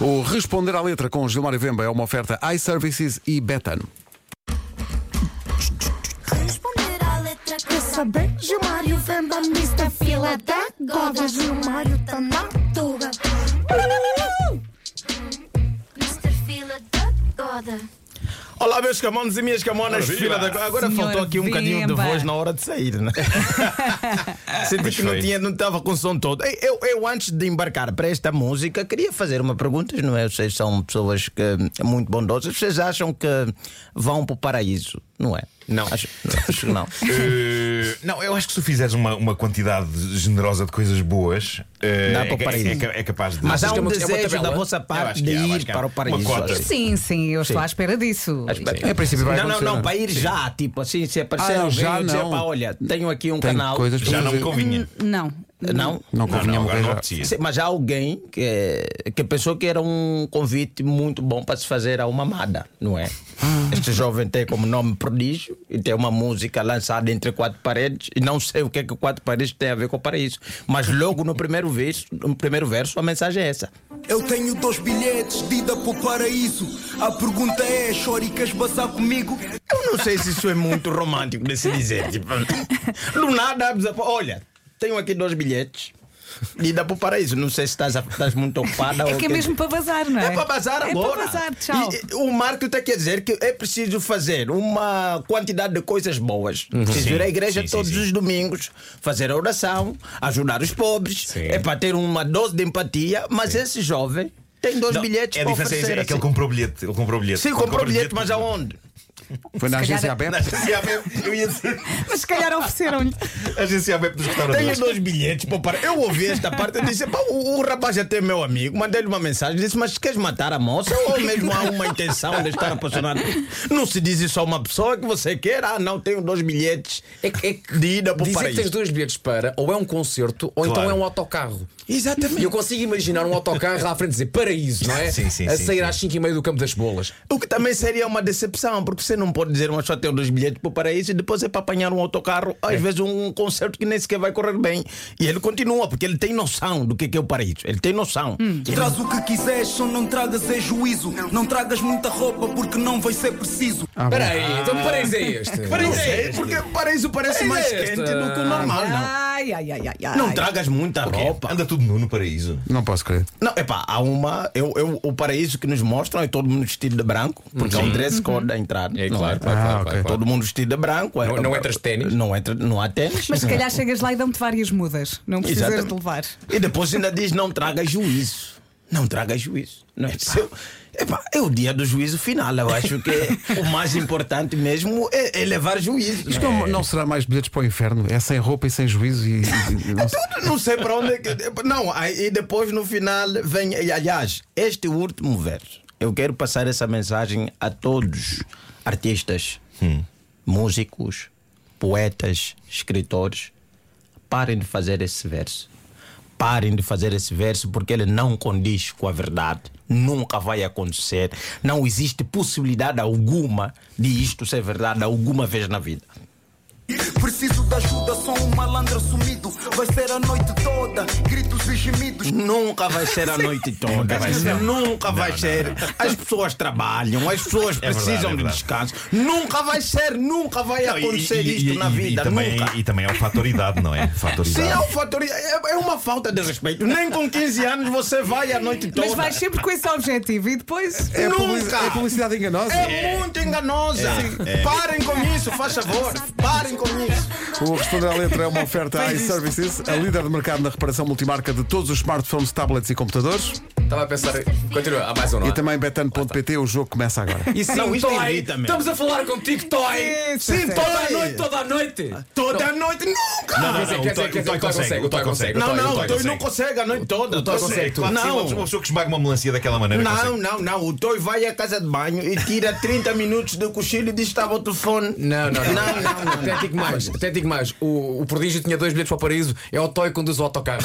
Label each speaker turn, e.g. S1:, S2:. S1: O Responder à Letra com Gilmário Vemba é uma oferta iServices e Betano.
S2: Responder à letra que saber Gilmário vem da Mr. Fila da Goda Gilmário tá na tuga Mr. Fila da Goda
S3: Olá, meus camões e minhas camonas. Fila da... Agora
S4: Senhor
S3: faltou aqui um bocadinho de
S4: Vemba.
S3: voz na hora de sair, né? Senti que não,
S5: foi.
S3: tinha, não estava com o som todo. Ei, Eu, eu, antes de embarcar para esta música, queria fazer uma pergunta. Não é? Vocês são pessoas que, muito bondosas. Vocês acham que vão para o paraíso, não é?
S5: Não.
S3: Acho, acho que não.
S5: Eh, não, eu acho que se tu fizeres uma, uma quantidade generosa de coisas boas, eh,
S3: Dá
S5: é,
S3: para o
S5: ca-
S3: paraíso.
S5: é ca- é capaz de.
S3: Mas
S6: Achas
S3: há
S6: que é
S3: um
S6: uma- é uma
S3: desejo
S6: tabela?
S3: da vossa
S5: Eu acho
S3: parte de
S5: que é, eu acho
S3: ir
S5: que é.
S3: para o paraíso.
S5: Uma cota.
S3: acho.
S4: Sim, sim, eu estou à espera disso.
S1: É, a princípio vai
S3: Não, não,
S1: acontecer,
S3: não,
S1: é?
S3: para ir já, tipo assim, se aparecer
S1: Ah,
S3: alguém
S1: já
S3: e dizer,
S1: não.
S3: pá, olha, tenho aqui um
S1: Tem
S3: canal.
S1: coisas para
S5: Já não me
S1: fazer.
S5: convinha.
S4: Não.
S3: "Hum, Não?
S1: Não
S5: Não,
S1: convinha
S5: não, agora
S1: morrer
S5: não é
S1: já.
S5: apetecia.
S3: Sim, mas há alguém que, que pensou que era um convite muito bom para se fazer a uma amada, não é?
S4: Ah.
S3: Este jovem tem como nome prodígio e tem uma música lançada entre quatro paredes e não sei o que é que quatro paredes tem a ver com o paraíso. Mas logo no primeiro verso, no primeiro verso a mensagem é essa.
S7: Eu tenho dois bilhetes de ida pro paraíso. A pergunta é: choricas bazar comigo?
S3: Eu não sei se isso é muito romântico de se dizer. Tipo, do nada, a pessoa fala, olha, tenho aqui dois bilhetes de ida para o paraíso. Não sei se estás, a- estás muito ocupada
S4: É
S3: ou
S4: que é
S3: quê.
S4: mesmo para bazar, não é?
S3: É para bazar agora.
S4: É para bazar, tchau.
S3: E, e, o Marco está quer dizer que é preciso fazer uma quantidade de coisas boas. Preciso
S5: Uhum. Sim,
S3: ir à igreja
S5: sim, sim,
S3: todos
S5: sim.
S3: os domingos, fazer a oração, ajudar os pobres. É para ter uma dose de empatia. Mas esse jovem tem dois
S5: Não,
S3: bilhetes
S5: é
S3: para
S5: diferente,
S3: oferecer.
S5: é, é que ele
S3: assim.
S5: comprou bilhete. Ele comprou bilhete.
S3: Sim,
S5: Ele
S3: comprou bilhete, mas
S5: comprou
S3: aonde?
S1: Foi na
S4: Se calhar- é.
S1: agência ABEP.
S5: bilhete. Agência ABEP, eu ia dizer.
S4: Mas se calhar ofereceram-lhe.
S5: Agência ABEP dos
S3: Tenho
S5: restauradores.
S3: dois bilhetes para o paraíso. Eu ouvi esta parte eu disse: pá, o, o rapaz até é meu amigo. Mandei-lhe uma mensagem. Disse: mas queres matar a moça? Ou mesmo há uma intenção de estar apaixonado? Não se diz isso a uma pessoa que você quer. Ah, não, tenho dois bilhetes
S6: É que, é que
S3: de ida para o
S6: dizer que tens
S3: paraíso.
S6: dois bilhetes para, ou é um concerto, ou então
S5: Claro.
S6: é um autocarro. E
S3: Exatamente.
S6: eu consigo imaginar um autocarro lá à frente dizer paraíso, não é?
S5: Sim, sim,
S6: a
S5: sim,
S6: sair
S5: sim.
S6: às 5 e meia do campo das bolas.
S3: O que também seria uma decepção, porque você não pode dizer uma pessoa tem dois bilhetes para o paraíso e depois é para apanhar um autocarro,
S6: É.
S3: às vezes um concerto que nem sequer vai correr bem. E ele continua, porque ele tem noção do que que é o paraíso. Ele tem noção.
S6: Hum.
S7: Traz o que quiseres, só não tragas é juízo. Não, tragas muita roupa porque não vai ser preciso.
S6: Espera aí, então que paraíso é este?
S3: Paraíso, é, porque o paraíso parece
S6: Paraíso
S3: mais
S6: é este?
S3: quente do que o normal, não.
S4: Ai, ai, ai, ai, ai.
S3: Não tragas muita roupa.
S5: Anda tudo nu no paraíso.
S1: Não posso crer.
S3: Não, epá, há uma. Eu, eu- o paraíso que nos mostram é todo mundo vestido de branco, porque há um dress code da entrada.
S6: É
S3: não
S6: claro, claro, claro,
S1: Ah,
S6: claro,
S1: ok.
S6: claro.
S3: Todo mundo vestido de branco. é-
S6: Não- não entras de ténis?
S3: Não, entra, não é? há ténis.
S4: Mas se calhar chegas lá e dão-te várias mudas. Não precisas
S3: Exatamente.
S4: de levar.
S3: E depois ainda diz: não traga juízo. Não traga juízo. Não é, seu- Epá, é o dia do juízo final. Eu acho que o mais importante mesmo é, é levar juízo.
S1: Isto não, não será mais bilhetes para o inferno? É sem roupa e sem juízo e. e- e não sei.
S3: Eu Não sei para onde é que. Não, aí depois no final vem. Aliás, este último verso. Eu quero passar essa mensagem a todos: artistas, músicos, poetas, escritores. Parem de fazer esse verso. Parem de fazer esse verso porque ele não condiz com a verdade. Nunca vai acontecer. Não existe possibilidade alguma de isto ser verdade alguma vez na vida.
S7: Preciso de ajuda, sou um malandro sumido. Vai ser a noite toda, gritos e gemidos.
S3: Nunca vai ser a noite toda. Nunca vai ser. As pessoas trabalham, as pessoas precisam
S5: verdade, é
S3: de descanso. Nunca vai ser, nunca vai
S5: Não, e-
S3: É acontecer
S5: e-
S3: isto
S5: e-
S3: na
S5: e-
S3: vida.
S5: E também,
S3: nunca.
S5: e também é um fator idade, não é? Fator
S3: Se é
S5: idade.
S3: um fator, é é uma falta de respeito. Nem com 15 anos você vai a noite toda.
S4: Mas vais sempre com esse objetivo e depois.
S1: É
S3: Nunca.
S1: publici- é publicidade enganosa.
S3: É muito enganosa.
S5: É,
S3: Parem com isso, faz favor. Parem com isso.
S1: O Responder à Letra é uma oferta à iServices, a líder de mercado na reparação multimarca de todos os smartphones, tablets e computadores.
S6: Estava a pensar. Continua, há mais um, não
S1: E
S6: há?
S1: também betano.pt, o jogo começa agora.
S6: E sim,
S3: Não, isto
S6: Toy,
S3: irrita-me.
S6: Estamos a falar contigo, Toy!
S4: Sim, sim,
S6: toda
S3: sim.
S6: a noite, toda a noite!
S3: Toda noite nunca.
S5: Não,
S6: Quer dizer,
S5: não, não,
S6: quer
S5: o Toy-
S6: dizer,
S5: o Toy
S6: o Toy consegue,
S5: consegue. O Toy consegue.
S3: Não, não,
S5: o Toy
S3: o Toy não consegue a noite toda.
S6: Toy consegue tudo.
S5: Não,
S3: Não.
S5: uma pessoa que esmaga uma melancia daquela maneira.
S3: Não,
S5: consegue.
S3: não, não. O Toy vai à casa de banho e tira 30 minutos do cochilo e diz que estava o telefone.
S6: Não, não, não.
S3: Não, não, não,
S6: Até digo mais, até digo mais. O, o prodígio tinha dois bilhetes para o paraíso, é o Toy que conduz o autocarro.